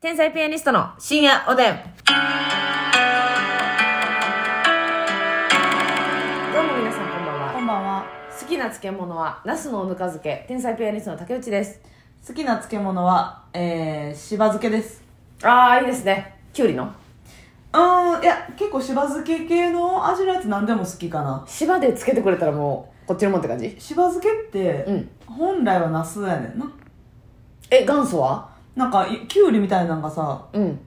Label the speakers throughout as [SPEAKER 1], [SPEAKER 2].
[SPEAKER 1] 天才ピアニストの深夜おでん。どうも皆さんこんばん
[SPEAKER 2] こ
[SPEAKER 1] は。
[SPEAKER 2] んばんは。
[SPEAKER 1] 好きな漬物は、ナスのおぬか漬け、天才ピアニストの竹内です。
[SPEAKER 2] 好きな漬物は、えー、しば漬けです。
[SPEAKER 1] あー、いいですね。きゅうりの。
[SPEAKER 2] うーん、いや、結構しば漬け系の味のやつ何でも好きかな。
[SPEAKER 1] 芝で漬けてくれたらもう、こっちのもんって感じ
[SPEAKER 2] しば漬けって、
[SPEAKER 1] うん
[SPEAKER 2] 本来はナスやねんな。
[SPEAKER 1] え、元祖は
[SPEAKER 2] なんか、いきゅうりみたいなんがさ、
[SPEAKER 1] うん。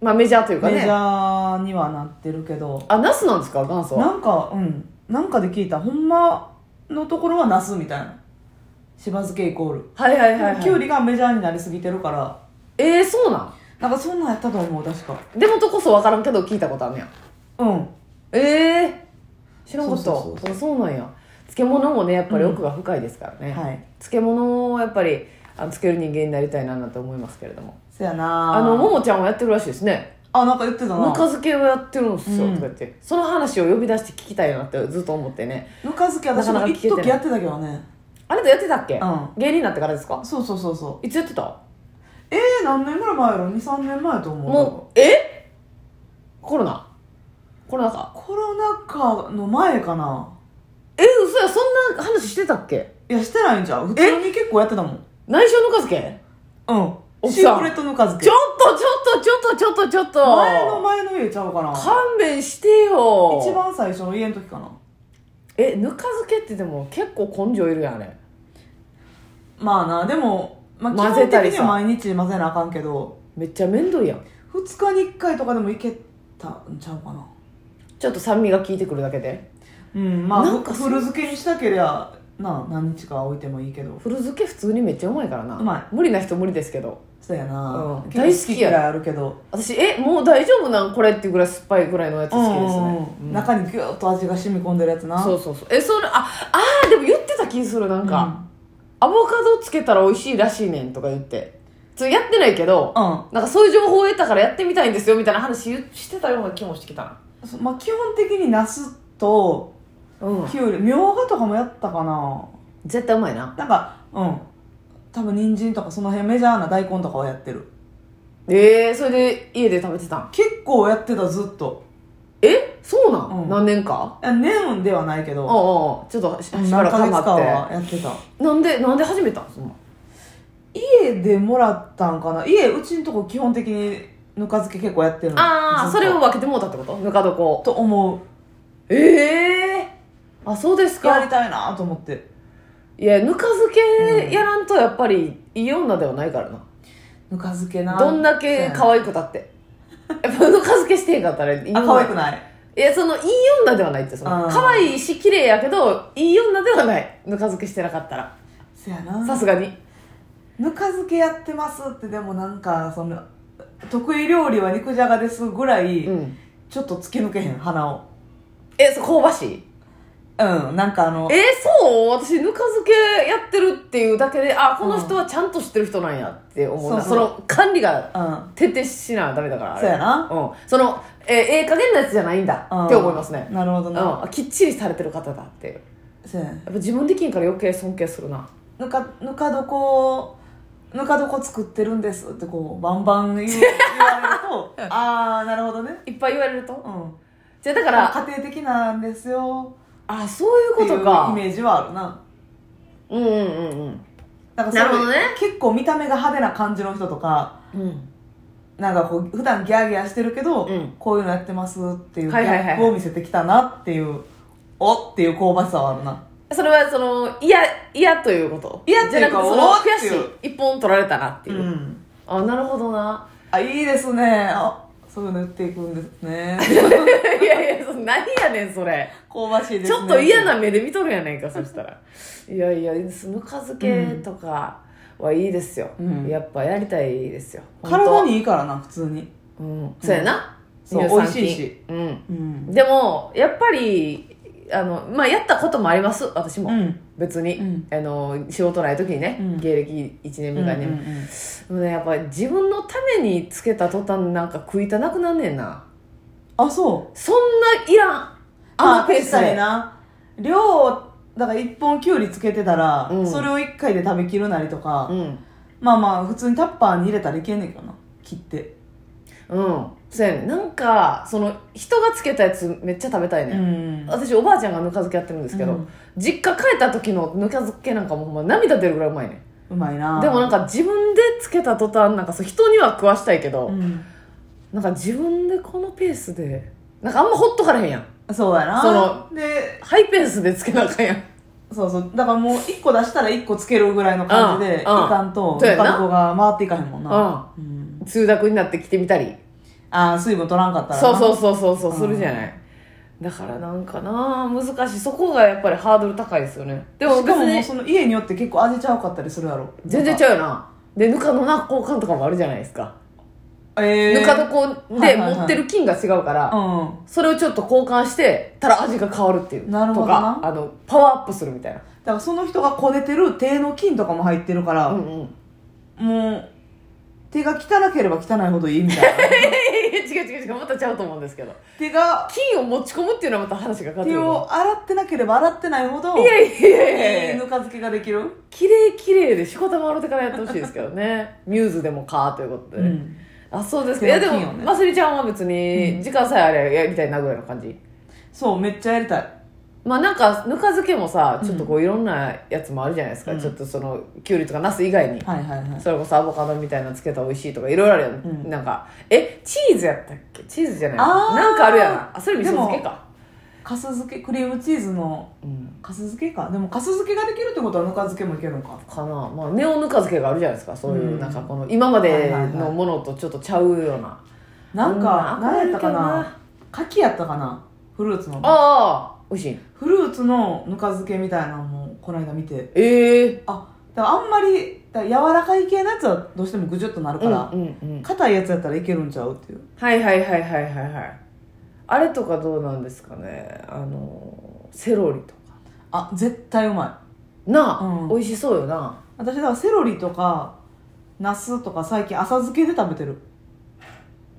[SPEAKER 1] まあメジャーというかね。
[SPEAKER 2] メジャーにはなってるけど、
[SPEAKER 1] あ、ナスなんですか元祖は。
[SPEAKER 2] なんか、うん、なんかで聞いた、ほんまのところはナスみたいな。しば漬けイコール。
[SPEAKER 1] はいはいはい、はい。
[SPEAKER 2] きゅうりがメジャーになりすぎてるから、
[SPEAKER 1] えー、そうな
[SPEAKER 2] なんかそんなんやったと思う、確か。
[SPEAKER 1] んでもとこそわからんけど聞いたことあるんねや。
[SPEAKER 2] うん。
[SPEAKER 1] ええ知らんかった
[SPEAKER 2] そ
[SPEAKER 1] そうう
[SPEAKER 2] そ
[SPEAKER 1] そ
[SPEAKER 2] うそう
[SPEAKER 1] なんや漬物もねやっぱり
[SPEAKER 2] うん
[SPEAKER 1] 奥が深いですからね、
[SPEAKER 2] はい。
[SPEAKER 1] 漬物をやっぱりあの漬ける人間になりたいななんて思いますけれども
[SPEAKER 2] せや
[SPEAKER 1] あ
[SPEAKER 2] な
[SPEAKER 1] のももちゃんはやってるらしいですね
[SPEAKER 2] あ、なんか言ってた
[SPEAKER 1] ぬ
[SPEAKER 2] な。
[SPEAKER 1] か漬けをやってるんですよ、
[SPEAKER 2] うん
[SPEAKER 1] とか言ってその話を呼び出して聞きたいなってずっと思ってね
[SPEAKER 2] ぬか漬け私
[SPEAKER 1] なかな
[SPEAKER 2] も
[SPEAKER 1] か
[SPEAKER 2] 一
[SPEAKER 1] 消えて
[SPEAKER 2] 時
[SPEAKER 1] ない
[SPEAKER 2] やってたけどね
[SPEAKER 1] あなたやってたっけ、
[SPEAKER 2] うん
[SPEAKER 1] 芸人になってからですか
[SPEAKER 2] そうそうそうそう
[SPEAKER 1] いつやってた
[SPEAKER 2] えー、何年ぐらい前やろ23年前やと思う
[SPEAKER 1] もうえコロナコロナか
[SPEAKER 2] コロナ禍の前かな
[SPEAKER 1] え嘘やそんな話してたっけ
[SPEAKER 2] いやしてないんじゃう普通に結構やってたもん
[SPEAKER 1] 内緒ぬか漬け
[SPEAKER 2] う
[SPEAKER 1] 奥さん
[SPEAKER 2] んシークレットぬか漬
[SPEAKER 1] ち
[SPEAKER 2] け
[SPEAKER 1] ょっとちょっとちょっとちょっとちょっと
[SPEAKER 2] 前の前の家ちゃうかな
[SPEAKER 1] 勘弁してよ
[SPEAKER 2] 一番最初の家の時かな
[SPEAKER 1] えぬか漬けってでも結構根性いるやんあれ
[SPEAKER 2] まあなでも、まあ、
[SPEAKER 1] 混
[SPEAKER 2] 基
[SPEAKER 1] ぜ
[SPEAKER 2] 本
[SPEAKER 1] た
[SPEAKER 2] 的
[SPEAKER 1] り
[SPEAKER 2] に
[SPEAKER 1] さ
[SPEAKER 2] は毎日混ぜなあかんけど
[SPEAKER 1] めっちゃ面倒いやん
[SPEAKER 2] 2日に1回とかでもいけたんちゃうかな
[SPEAKER 1] ちょっと酸味が効いてくるだけで
[SPEAKER 2] うんまあ
[SPEAKER 1] なん
[SPEAKER 2] 古
[SPEAKER 1] かそう
[SPEAKER 2] 漬けにしたけりゃな何日か置いてもいいけど
[SPEAKER 1] 古漬け普通にめっちゃうまいからな
[SPEAKER 2] うま
[SPEAKER 1] 無理な人無理ですけど
[SPEAKER 2] そうやな、
[SPEAKER 1] うん
[SPEAKER 2] 結構好き嫌いあるけど
[SPEAKER 1] 私えもう大丈夫なんこれっていうぐらい酸っぱいぐらいのやつ好きですね、うん
[SPEAKER 2] 中にギューッと味が染み込んでるやつな
[SPEAKER 1] そううそうそうえそれああーでも言ってた気するなんか、アボカドつけたら美味しいらしいねんとか言ってそれやってないけど、
[SPEAKER 2] うん、
[SPEAKER 1] なんかそういう情報を得たからやってみたいんですよみたいな話言してたような気もしてきたな
[SPEAKER 2] そまあ、基本的にナスと
[SPEAKER 1] うん
[SPEAKER 2] きゅうりみょうがとかもやったかな
[SPEAKER 1] 絶対うまいな
[SPEAKER 2] なんかうん多分人参とかその辺メジャーな大根とかはやってる
[SPEAKER 1] ええそれで家で食べてたん
[SPEAKER 2] 結構やってたずっと
[SPEAKER 1] えそうなん、
[SPEAKER 2] うん
[SPEAKER 1] 何年か
[SPEAKER 2] いや年ではないけ
[SPEAKER 1] う
[SPEAKER 2] ど
[SPEAKER 1] んうんちょっとし
[SPEAKER 2] うん
[SPEAKER 1] しばら
[SPEAKER 2] 何
[SPEAKER 1] くハ
[SPEAKER 2] ヶ月
[SPEAKER 1] マ
[SPEAKER 2] か
[SPEAKER 1] っ
[SPEAKER 2] はやってた
[SPEAKER 1] てなんでなんで始めたんそんな
[SPEAKER 2] 家でもらったんかな家うちのとこ基本的にぬか漬け結構やってるの
[SPEAKER 1] ああ
[SPEAKER 2] ず
[SPEAKER 1] そ
[SPEAKER 2] っと
[SPEAKER 1] れを分けてもうたってことぬか床を
[SPEAKER 2] と思う
[SPEAKER 1] ええあそうです
[SPEAKER 2] やり
[SPEAKER 1] か
[SPEAKER 2] たいなと思って
[SPEAKER 1] いやぬか漬けやらんとやっぱりいい女ではないからな、
[SPEAKER 2] ぬか漬けな
[SPEAKER 1] どんだけ可愛くた ってやっぱぬか漬けしてへんかったらいい
[SPEAKER 2] あ可愛く
[SPEAKER 1] い
[SPEAKER 2] ない
[SPEAKER 1] いやそのいい女ではないってその
[SPEAKER 2] うん
[SPEAKER 1] 可愛いし綺麗やけどいい女ではないぬか漬けしてなかったら
[SPEAKER 2] せやな
[SPEAKER 1] さすがに
[SPEAKER 2] ぬか漬けやってますってでもなんかその得意料理は肉じゃがですぐらい、
[SPEAKER 1] うん
[SPEAKER 2] ちょっと突き抜けへん鼻を
[SPEAKER 1] えそう香ばしい
[SPEAKER 2] うんなんかあの
[SPEAKER 1] えーそう私ぬか漬けやってるっていうだけであこの人はちゃんと知ってる人なんやって思うな、
[SPEAKER 2] そ
[SPEAKER 1] そ
[SPEAKER 2] うそう
[SPEAKER 1] の管理が
[SPEAKER 2] うん
[SPEAKER 1] 徹底しなダメだからあれ
[SPEAKER 2] そうやな
[SPEAKER 1] うん、そのえーええ加減なやつじゃないんだ
[SPEAKER 2] うん
[SPEAKER 1] って思いますね、
[SPEAKER 2] なるほど
[SPEAKER 1] うん
[SPEAKER 2] な、
[SPEAKER 1] きっちりされてる方だっていう
[SPEAKER 2] そうやね
[SPEAKER 1] やっぱ自分できんから余計尊敬するな
[SPEAKER 2] ぬかぬか床をぬか床作ってるんですってこうバンバ ン言う言われるとああなるほどね
[SPEAKER 1] いっぱい言われると
[SPEAKER 2] うん
[SPEAKER 1] じゃあだから
[SPEAKER 2] 家庭的なんですよ
[SPEAKER 1] あそういう
[SPEAKER 2] って
[SPEAKER 1] こ
[SPEAKER 2] いうイ
[SPEAKER 1] とか
[SPEAKER 2] メージはあるな
[SPEAKER 1] うんうんうん
[SPEAKER 2] なんか
[SPEAKER 1] なるほどね
[SPEAKER 2] 結構見た目が派手な感じの人とか
[SPEAKER 1] うん
[SPEAKER 2] なんかこう普段ギャーギャーしてるけど、
[SPEAKER 1] うん
[SPEAKER 2] こういうのやってますっていうギ
[SPEAKER 1] はい
[SPEAKER 2] ャ
[SPEAKER 1] はいはい
[SPEAKER 2] ップを見せてきたなっていう、おっていう香ばしさはあるな
[SPEAKER 1] それはその嫌嫌ということ
[SPEAKER 2] 嫌っていうか
[SPEAKER 1] じゃなくそ
[SPEAKER 2] おーって
[SPEAKER 1] の
[SPEAKER 2] いう
[SPEAKER 1] 悔しい一本取られたなっていう、
[SPEAKER 2] ん
[SPEAKER 1] あなるほどな
[SPEAKER 2] あいいですねあそういうの打っていくんで すね
[SPEAKER 1] いやいや、そ何やねん、それ。
[SPEAKER 2] 香ばしいですね
[SPEAKER 1] ちょっと嫌な目で見とるやないか、そしたら。 いやいや、ぬか漬けとかはいいですよ。
[SPEAKER 2] うん
[SPEAKER 1] やっぱやりたいですよ。
[SPEAKER 2] 体にいいからな普通に
[SPEAKER 1] 本当。うん。そうやな。
[SPEAKER 2] そう
[SPEAKER 1] 乳酸菌
[SPEAKER 2] 美味しいし。
[SPEAKER 1] うん。
[SPEAKER 2] うん
[SPEAKER 1] でも、やっぱり、あの、まあ、やったこともあります、私も。
[SPEAKER 2] うん
[SPEAKER 1] 別に、
[SPEAKER 2] うん
[SPEAKER 1] あの仕事ない時にね、
[SPEAKER 2] うん
[SPEAKER 1] 芸歴1年目か2年目、
[SPEAKER 2] うんうんうん
[SPEAKER 1] でもねやっぱり自分のためにつけた途端なんか食いたなくなんねんな
[SPEAKER 2] あそう
[SPEAKER 1] そんないらん
[SPEAKER 2] あ
[SPEAKER 1] あのペース
[SPEAKER 2] 確か
[SPEAKER 1] で
[SPEAKER 2] にな量だから1本きゅうりつけてたら、
[SPEAKER 1] うん
[SPEAKER 2] それを1回で食べきるなりとか、
[SPEAKER 1] うん
[SPEAKER 2] まあまあ普通にタッパーに入れたらいけんねんけどな切って
[SPEAKER 1] うんそうやねなんかその人がつけたやつめっちゃ食べたいね、
[SPEAKER 2] ん
[SPEAKER 1] 私おばあちゃんがぬか漬けやってるんですけど、
[SPEAKER 2] うん
[SPEAKER 1] 実家帰った時のぬか漬けなんかもうほんま涙出るぐらいうまいね
[SPEAKER 2] うまいな
[SPEAKER 1] でもなんか自分でつけた途端なんかそう人には食わしたいけど、
[SPEAKER 2] うん
[SPEAKER 1] なんか自分でこのペースでなんかあんまほっとかれへんやん
[SPEAKER 2] そうやな
[SPEAKER 1] その
[SPEAKER 2] で
[SPEAKER 1] ハイペースでつけなあかんやん
[SPEAKER 2] そうそうだからもう1個出したら1個つけるぐらいの感じで
[SPEAKER 1] うん
[SPEAKER 2] いかんと
[SPEAKER 1] そうや
[SPEAKER 2] 他
[SPEAKER 1] な
[SPEAKER 2] の子が回っていかへんもんなうん
[SPEAKER 1] 通学になってきてみたり
[SPEAKER 2] ああ水分取らんかったら
[SPEAKER 1] そうそううそうそうそう
[SPEAKER 2] うん
[SPEAKER 1] するじゃない、だからなんかなあ難しいそこがやっぱりハードル高いですよねでも
[SPEAKER 2] し
[SPEAKER 1] 別
[SPEAKER 2] かももう
[SPEAKER 1] に
[SPEAKER 2] その家によって結構味ちゃうかったりするやろ
[SPEAKER 1] 全然ち
[SPEAKER 2] ゃう
[SPEAKER 1] ゃうよなでぬかのな交換とかもあるじゃないですか、
[SPEAKER 2] えー、
[SPEAKER 1] ぬか床
[SPEAKER 2] は
[SPEAKER 1] で
[SPEAKER 2] いはいはい
[SPEAKER 1] 持ってる菌が違うから、
[SPEAKER 2] うん
[SPEAKER 1] それをちょっと交換してたら味が変わるっていう
[SPEAKER 2] なるほどな
[SPEAKER 1] とかあのパワーアップするみたいな
[SPEAKER 2] だからその人がこねてる手の菌とかも入ってるから、
[SPEAKER 1] うん うん
[SPEAKER 2] もう手が汚ければ汚いほどいいみたいな
[SPEAKER 1] 違う違う違うまたちゃうと思うんですけど
[SPEAKER 2] 手が
[SPEAKER 1] 菌を持ち込むっていうのはまた話が変わって
[SPEAKER 2] 手
[SPEAKER 1] くるの
[SPEAKER 2] を洗ってなければ洗ってないほど
[SPEAKER 1] いやいやいやいや
[SPEAKER 2] いいぬか漬けができる、
[SPEAKER 1] 綺麗綺麗で仕事もろてからやってほしいですけどねミューズでもかということで、
[SPEAKER 2] うん
[SPEAKER 1] あそうですかいやで
[SPEAKER 2] 手
[SPEAKER 1] も
[SPEAKER 2] の菌をね
[SPEAKER 1] まつりちゃんは別
[SPEAKER 2] うん
[SPEAKER 1] に時間さえあれやりたいなぐらいの感じ
[SPEAKER 2] そうめっちゃやりたい
[SPEAKER 1] まあなんかぬか漬けもさちょっとこういろんなやつもあるじゃないですか、
[SPEAKER 2] うん
[SPEAKER 1] ちょっとそのきゅうりとかナス以外に、
[SPEAKER 2] はいはいはい
[SPEAKER 1] それこそアボカドみたいなのつけたら美味しいとかいろいろあるやん、
[SPEAKER 2] うん
[SPEAKER 1] なんかえチーズやったっけチーズじゃない
[SPEAKER 2] あー
[SPEAKER 1] なんかあるやなあそれ味噌漬けか
[SPEAKER 2] かす漬けクリームチーズの
[SPEAKER 1] うん
[SPEAKER 2] かす漬けかでもかす漬けができるってことはぬか漬けもいけるのか
[SPEAKER 1] かなまあネオぬか漬けがあるじゃないですかそういう、
[SPEAKER 2] うん
[SPEAKER 1] なんかこの今まで
[SPEAKER 2] はいはいは
[SPEAKER 1] の
[SPEAKER 2] い
[SPEAKER 1] ものとちょっとちゃうような、
[SPEAKER 2] なんか、
[SPEAKER 1] うん
[SPEAKER 2] 何やったか
[SPEAKER 1] あ
[SPEAKER 2] な柿やったかなフルーツの
[SPEAKER 1] ああ美味しい
[SPEAKER 2] フルーツのぬか漬けみたいなのもこの間見て
[SPEAKER 1] ええ
[SPEAKER 2] あだからあんまりだから柔らかい系のやつはどうしてもぐじゅっとなるから
[SPEAKER 1] うんうんうん、
[SPEAKER 2] 硬、いやつやったらいけるんちゃうっていう
[SPEAKER 1] はいはいはいはいはいはいあれとかどうなんですかねあのセロリとか
[SPEAKER 2] あ絶対うまい
[SPEAKER 1] なあ、
[SPEAKER 2] うん
[SPEAKER 1] 美味しそうよな
[SPEAKER 2] 私だからセロリとかナスとか最近浅漬けで食べてる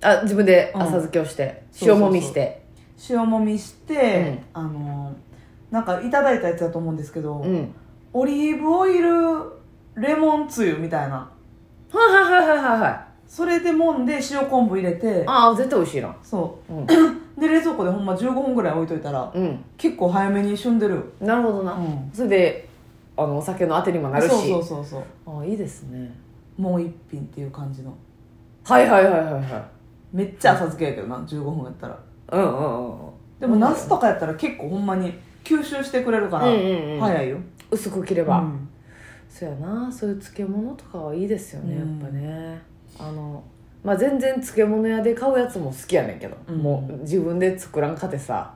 [SPEAKER 1] あ自分で
[SPEAKER 2] うん
[SPEAKER 1] 浅漬けをして、
[SPEAKER 2] そうそうそう
[SPEAKER 1] 塩もみして
[SPEAKER 2] 塩もみして、あのなんかいただいたやつだと思うんですけど、
[SPEAKER 1] うん
[SPEAKER 2] オリーブオイルレモンつゆみたいな
[SPEAKER 1] はいはいはいはいはいはい
[SPEAKER 2] それで揉んで塩昆布入れて
[SPEAKER 1] ああ絶対美味しいな
[SPEAKER 2] そ
[SPEAKER 1] うん、
[SPEAKER 2] うで冷蔵庫でほんま15分ぐらい置いといたら
[SPEAKER 1] う
[SPEAKER 2] 結構早めに旬でるよ、
[SPEAKER 1] ん、なるほどな、
[SPEAKER 2] うん、
[SPEAKER 1] それであのお酒のあてにもなるし
[SPEAKER 2] そうそうそうそう
[SPEAKER 1] ああいいですね
[SPEAKER 2] もう一品っていう感じの
[SPEAKER 1] はいはいはいはいはい
[SPEAKER 2] めっちゃ浅漬けやけどな15分やったら
[SPEAKER 1] うんうんうんうん
[SPEAKER 2] でもナスとかやったら結構ほんまに吸収してくれるから
[SPEAKER 1] うんうんうん
[SPEAKER 2] 早いよ、
[SPEAKER 1] 薄く切れ
[SPEAKER 2] う
[SPEAKER 1] ば、
[SPEAKER 2] ん
[SPEAKER 1] そうやなそういう漬物とかはいいですよね、
[SPEAKER 2] うん
[SPEAKER 1] やっぱねあのまあ全然漬物屋で買うやつも好きやねんけど、
[SPEAKER 2] うん
[SPEAKER 1] もう自分で作らんかて さ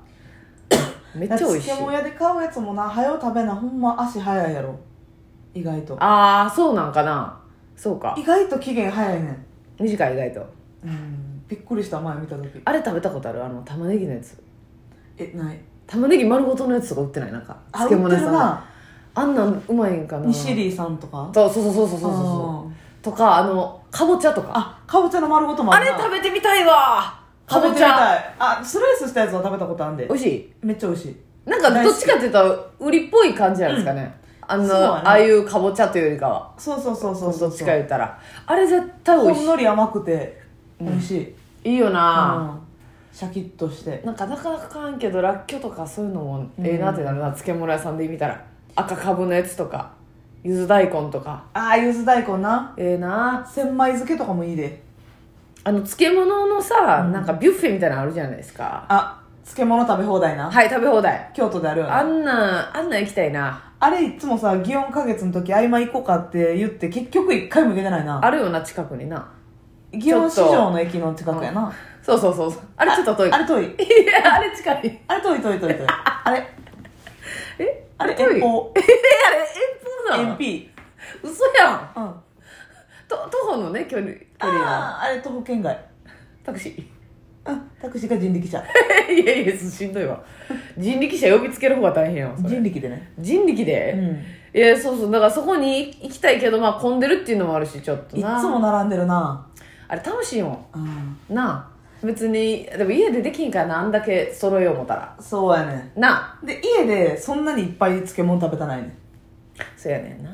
[SPEAKER 1] めっちゃ美味しい
[SPEAKER 2] 漬物屋で買うやつもな早う食べなほんま足早いやろ意外と
[SPEAKER 1] ああそうなんかなそうか
[SPEAKER 2] 意外と期限早いねん、
[SPEAKER 1] 短い意外と
[SPEAKER 2] うん、びっくりした前見た時
[SPEAKER 1] あれ食べたことあるあの玉ねぎのやつ
[SPEAKER 2] えない
[SPEAKER 1] 玉ねぎ丸ごとのやつとか売ってないなんか
[SPEAKER 2] あ売ってる
[SPEAKER 1] さんで
[SPEAKER 2] な
[SPEAKER 1] あんなんうまいんかな
[SPEAKER 2] 西里さんとか
[SPEAKER 1] そうそうそうそうそうそうそう
[SPEAKER 2] あー
[SPEAKER 1] とかあのかぼちゃとか
[SPEAKER 2] あかぼちゃの丸ごとも
[SPEAKER 1] あ
[SPEAKER 2] ある
[SPEAKER 1] れ
[SPEAKER 2] な
[SPEAKER 1] 食べてみたいわかぼち
[SPEAKER 2] 食べてみ
[SPEAKER 1] ゃ
[SPEAKER 2] たいあスライスしたやつは食べたことあんで
[SPEAKER 1] 美味しい
[SPEAKER 2] めっちゃ美味しい
[SPEAKER 1] なんかどっちかっていうと売りっぽい感じなんですかね、あ
[SPEAKER 2] そうや
[SPEAKER 1] の
[SPEAKER 2] な
[SPEAKER 1] ああいうかぼちゃというよりかは
[SPEAKER 2] そうそうそうそうそ
[SPEAKER 1] ど
[SPEAKER 2] う
[SPEAKER 1] っちか言ったらあれ絶対美
[SPEAKER 2] ほ
[SPEAKER 1] 味
[SPEAKER 2] ん
[SPEAKER 1] し
[SPEAKER 2] のり甘くて美味しい、
[SPEAKER 1] いいいよな、
[SPEAKER 2] シャキッとして
[SPEAKER 1] なんかなかなか買わんけどらっきょうとかそういうのもええなってなるな、漬物屋さんで見たら赤かぶのやつとかゆず大根とか
[SPEAKER 2] ああゆず大根な
[SPEAKER 1] ええな
[SPEAKER 2] 千枚漬けとかもいいで
[SPEAKER 1] あの漬物のさ、なんかビュッフェみたいなのあるじゃないですか
[SPEAKER 2] あ漬物食べ放題な、
[SPEAKER 1] はい食べ放題
[SPEAKER 2] 京都であるよね
[SPEAKER 1] あ
[SPEAKER 2] あ
[SPEAKER 1] んなんあんなん行きたいな
[SPEAKER 2] れいつもさ祇園花月の時合間行こうかって言って結局一回も行けてないな
[SPEAKER 1] あるような近くにな
[SPEAKER 2] 祇園市場の駅の近くやな
[SPEAKER 1] そうそうそうそうあれちょっと遠い
[SPEAKER 2] あれ遠い
[SPEAKER 1] いやあれ近 い
[SPEAKER 2] あれ遠い遠い遠い遠いあれ
[SPEAKER 1] え
[SPEAKER 2] あれ
[SPEAKER 1] 遠い
[SPEAKER 2] 遠方
[SPEAKER 1] あれ遠方なの
[SPEAKER 2] MP
[SPEAKER 1] 嘘やん
[SPEAKER 2] うん
[SPEAKER 1] と徒歩のね距離距
[SPEAKER 2] あ
[SPEAKER 1] 離は
[SPEAKER 2] ああれ徒歩圏外
[SPEAKER 1] タクシー
[SPEAKER 2] うんタクシーか人力車
[SPEAKER 1] いやいやしんどいわ人力車呼びつける方が大変やんそれ
[SPEAKER 2] 人力でね
[SPEAKER 1] 人力で、
[SPEAKER 2] うん
[SPEAKER 1] いやそうそうだからそこに行きたいけどまあ混んでるっていうのもあるしちょっと
[SPEAKER 2] いつ
[SPEAKER 1] な
[SPEAKER 2] も並んでるな
[SPEAKER 1] あれ楽しいも
[SPEAKER 2] うん
[SPEAKER 1] んなあ別にでも家でできんからなあんだけ揃えよう思ったら
[SPEAKER 2] そうやね
[SPEAKER 1] な
[SPEAKER 2] で家でそんなにいっぱい漬物食べたないね
[SPEAKER 1] あそうやねんな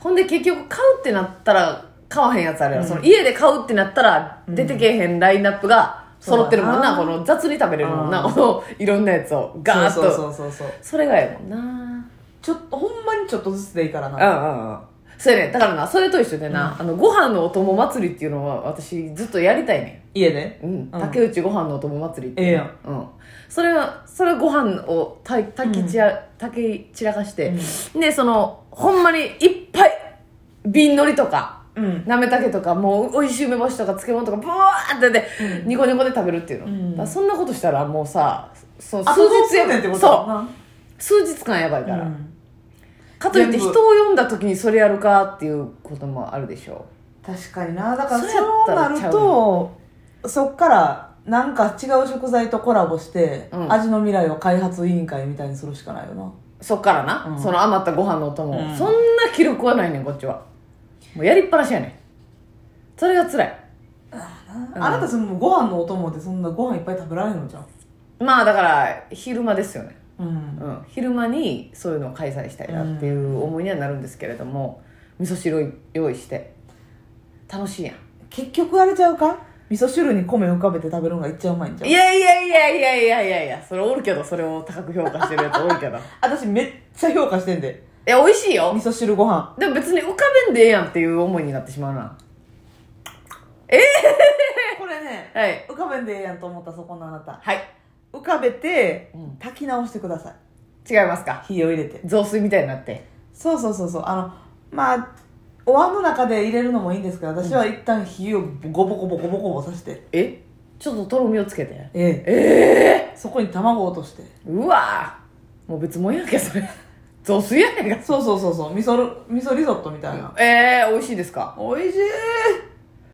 [SPEAKER 1] ほんで結局買うってなったら買わへんやつあるやろ、その家で買うってなったら出てけえへんラインナップが揃ってるもんな、
[SPEAKER 2] そうだな
[SPEAKER 1] この雑に食べれるもんなこ
[SPEAKER 2] うん
[SPEAKER 1] のいろんなやつをガーッと
[SPEAKER 2] そうそうそうそうそう
[SPEAKER 1] それがええもんな
[SPEAKER 2] ちょっとほんまにちょっとずつでいいから
[SPEAKER 1] う
[SPEAKER 2] な、
[SPEAKER 1] んうんうんそうやねだからなそれと一緒でな、あのご飯のお供祭りっていうのは私ずっとやりたいねん
[SPEAKER 2] 家で
[SPEAKER 1] うん、
[SPEAKER 2] うん
[SPEAKER 1] 竹内ご飯のお供祭りって
[SPEAKER 2] ええやん
[SPEAKER 1] うん、それはそれはご飯をたたきちら、たき散らかして、でそのほんまにいっぱい瓶のりとか
[SPEAKER 2] うん
[SPEAKER 1] なめたけとかもう美味しい梅干しとか漬物とかブワーってで、ニコニコで食べるっていうの、
[SPEAKER 2] ん
[SPEAKER 1] だからそんなことしたらもうさその
[SPEAKER 2] あ
[SPEAKER 1] 数
[SPEAKER 2] とどう
[SPEAKER 1] 日
[SPEAKER 2] すんねん
[SPEAKER 1] や
[SPEAKER 2] ってこと
[SPEAKER 1] そう
[SPEAKER 2] な
[SPEAKER 1] 数日間やばいから、
[SPEAKER 2] うん
[SPEAKER 1] かといって
[SPEAKER 2] 全
[SPEAKER 1] 人
[SPEAKER 2] 部
[SPEAKER 1] を読んだ時にそれやるかっていうこともあるでしょ
[SPEAKER 2] 確かになだから
[SPEAKER 1] そう
[SPEAKER 2] そう
[SPEAKER 1] やったら
[SPEAKER 2] な
[SPEAKER 1] ちゃう
[SPEAKER 2] る
[SPEAKER 1] よ
[SPEAKER 2] とそっからなんか違う食材とコラボして、
[SPEAKER 1] うん
[SPEAKER 2] 味の未来を開発委員会みたいにするしかないよな
[SPEAKER 1] そっからな、
[SPEAKER 2] うん
[SPEAKER 1] その余ったご飯のお供、
[SPEAKER 2] うん
[SPEAKER 1] そんな気力はないねんこっちはもうやりっぱなしやねんそれが辛いうん
[SPEAKER 2] あなたそのご飯のお供ってそんなご飯いっぱい食べられるのじゃん
[SPEAKER 1] まあだから昼間ですよね、
[SPEAKER 2] うん
[SPEAKER 1] うん、昼間にそういうのを開催したいなっていう思いにはなるんですけれども、味噌汁を用意して楽しいやん
[SPEAKER 2] 結局あれちゃうか味噌汁に米浮かべて食べるのがいっちゃうまいんじゃ
[SPEAKER 1] い
[SPEAKER 2] ん
[SPEAKER 1] やいやいやいやいやいやいやそれおるけどそれを高く評価してるやつおるけ どい
[SPEAKER 2] 私めっちゃ評価してんで
[SPEAKER 1] や美味しいよ
[SPEAKER 2] 味噌汁ご飯
[SPEAKER 1] でも別に浮かべんでええやんっていう思いになってしまうな
[SPEAKER 2] これね
[SPEAKER 1] はい
[SPEAKER 2] 浮かべんでええやんと思ったそこのあなた
[SPEAKER 1] はい
[SPEAKER 2] 浮かべて
[SPEAKER 1] うん
[SPEAKER 2] 炊き直してください
[SPEAKER 1] 違いますか
[SPEAKER 2] 火を入れて
[SPEAKER 1] 雑炊みたいになって
[SPEAKER 2] そうそうそうそうあのまあお椀の中で入れるのもいいんですけど私は一旦火をゴボゴボゴボゴボさして
[SPEAKER 1] えちょっととろみをつけて
[SPEAKER 2] ええ
[SPEAKER 1] ええ
[SPEAKER 2] そこに卵を落として
[SPEAKER 1] うわぁもう別もんやんけそれ 雑 炊やねんか
[SPEAKER 2] そうそうそうそう味噌味噌リゾットみたいな、
[SPEAKER 1] ええ美味しいですか
[SPEAKER 2] 美味しい